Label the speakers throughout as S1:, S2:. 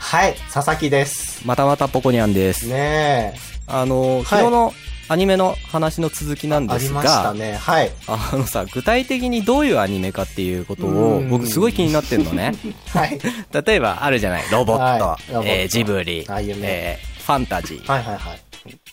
S1: はい、佐々木です。
S2: またまたポコニャンです。
S1: ね
S2: あの、昨日のアニメの話の続きなん
S1: え、あ
S2: で
S1: り
S2: す
S1: ました
S2: が、
S1: ね。はい。
S2: あのさ、具体的にどういうアニメかっていうこと
S1: う
S2: を、
S1: ん
S2: 僕すごい気になってん のね。
S1: はい。
S2: 例えば、あるじゃない、ロボット、
S1: はいロボット
S2: えージブリ、
S1: ああいうね
S2: えーファンタジー、
S1: はいはいはい。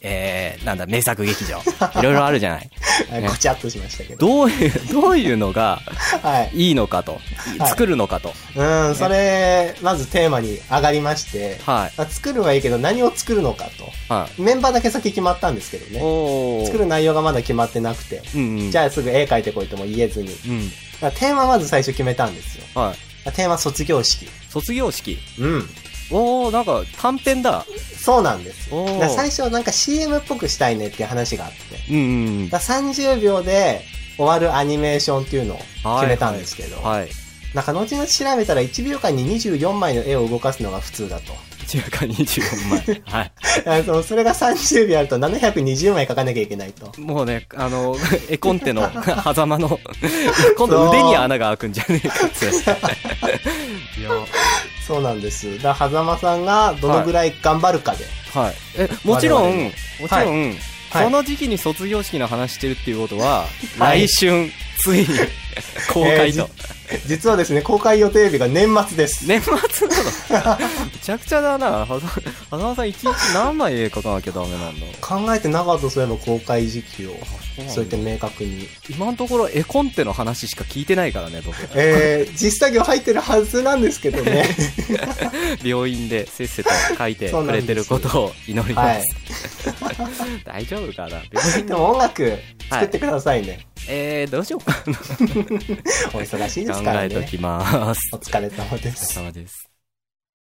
S2: えーなんだ、名作劇場、いろいろあるじゃない。
S1: え
S2: ね
S1: ごちゃっとしましたけど。
S2: どういう、どういうのが
S1: はい。
S2: いいのかと
S1: は、い
S2: 作るのかと。
S1: うん、それ、まずテーマに上がりまして、
S2: はい
S1: まあ作るはいいけど何を作るのか
S2: は
S1: と。メンバーだけ先決まったんですけど
S2: い。
S1: ね。
S2: おー
S1: 作る内容がまだ決まってなくて。
S2: うんうん。
S1: じ
S2: ゃ
S1: ゃあすぐ絵描いてこいとも言えずに。
S2: うん。
S1: まあテーマまず最初決めたんですよ。
S2: はい。
S1: まあテーマ卒業式。
S2: 卒業式。
S1: うん。
S2: おー、なんか短編だ。
S1: そうなんです。
S2: お
S1: だ
S2: ー
S1: から最初なんか CM っぽくしたいねっていう話があって。
S2: うんうん。
S1: だから30秒で終わるアニメーションっていうのを決めたんですけど、
S2: はい。
S1: なんか後々調べたら1秒間に24枚の絵を動かすのが普通だと。
S2: 1秒間24枚。はい。
S1: あのそれが30秒あると720枚描かなきゃいけないと。
S2: もうね、あの、絵コンテの狭間の、今度腕に穴が開くんじゃねえかって。いや、
S1: そうなんです。だから狭間さんがどのぐらい頑張るかで。
S2: はい。え、もちろ
S1: 我
S2: ん、
S1: 々に
S2: もちろん、
S1: はい
S2: この時期に卒業式の話してるっていうことは、
S1: はい
S2: 来春、ついに、公開と。
S1: 実はですね、公開予定日が年末です。
S2: 年末なのめちゃくちゃだな。はざ、はざまさん一日何枚絵描かなきゃダメなんだ。
S1: 考えてなかったとすれば公開時期を、
S2: そうなんだ
S1: そうやって明確に。
S2: 今のところ絵コンテの話しか聞いてないからね、僕。
S1: えー、実作業入ってるはずなんですけど ね。
S2: 病院でせっせと書いてくれてることを祈り
S1: は
S2: ま
S1: い
S2: す。。 大丈夫かな病院
S1: でも音楽作ってくださいね。
S2: えー、どうしようかな。
S1: お忙しいです
S2: 考
S1: から
S2: えと
S1: ね。
S2: きます
S1: お。疲れ様で
S2: お疲
S1: す。
S2: れ様です。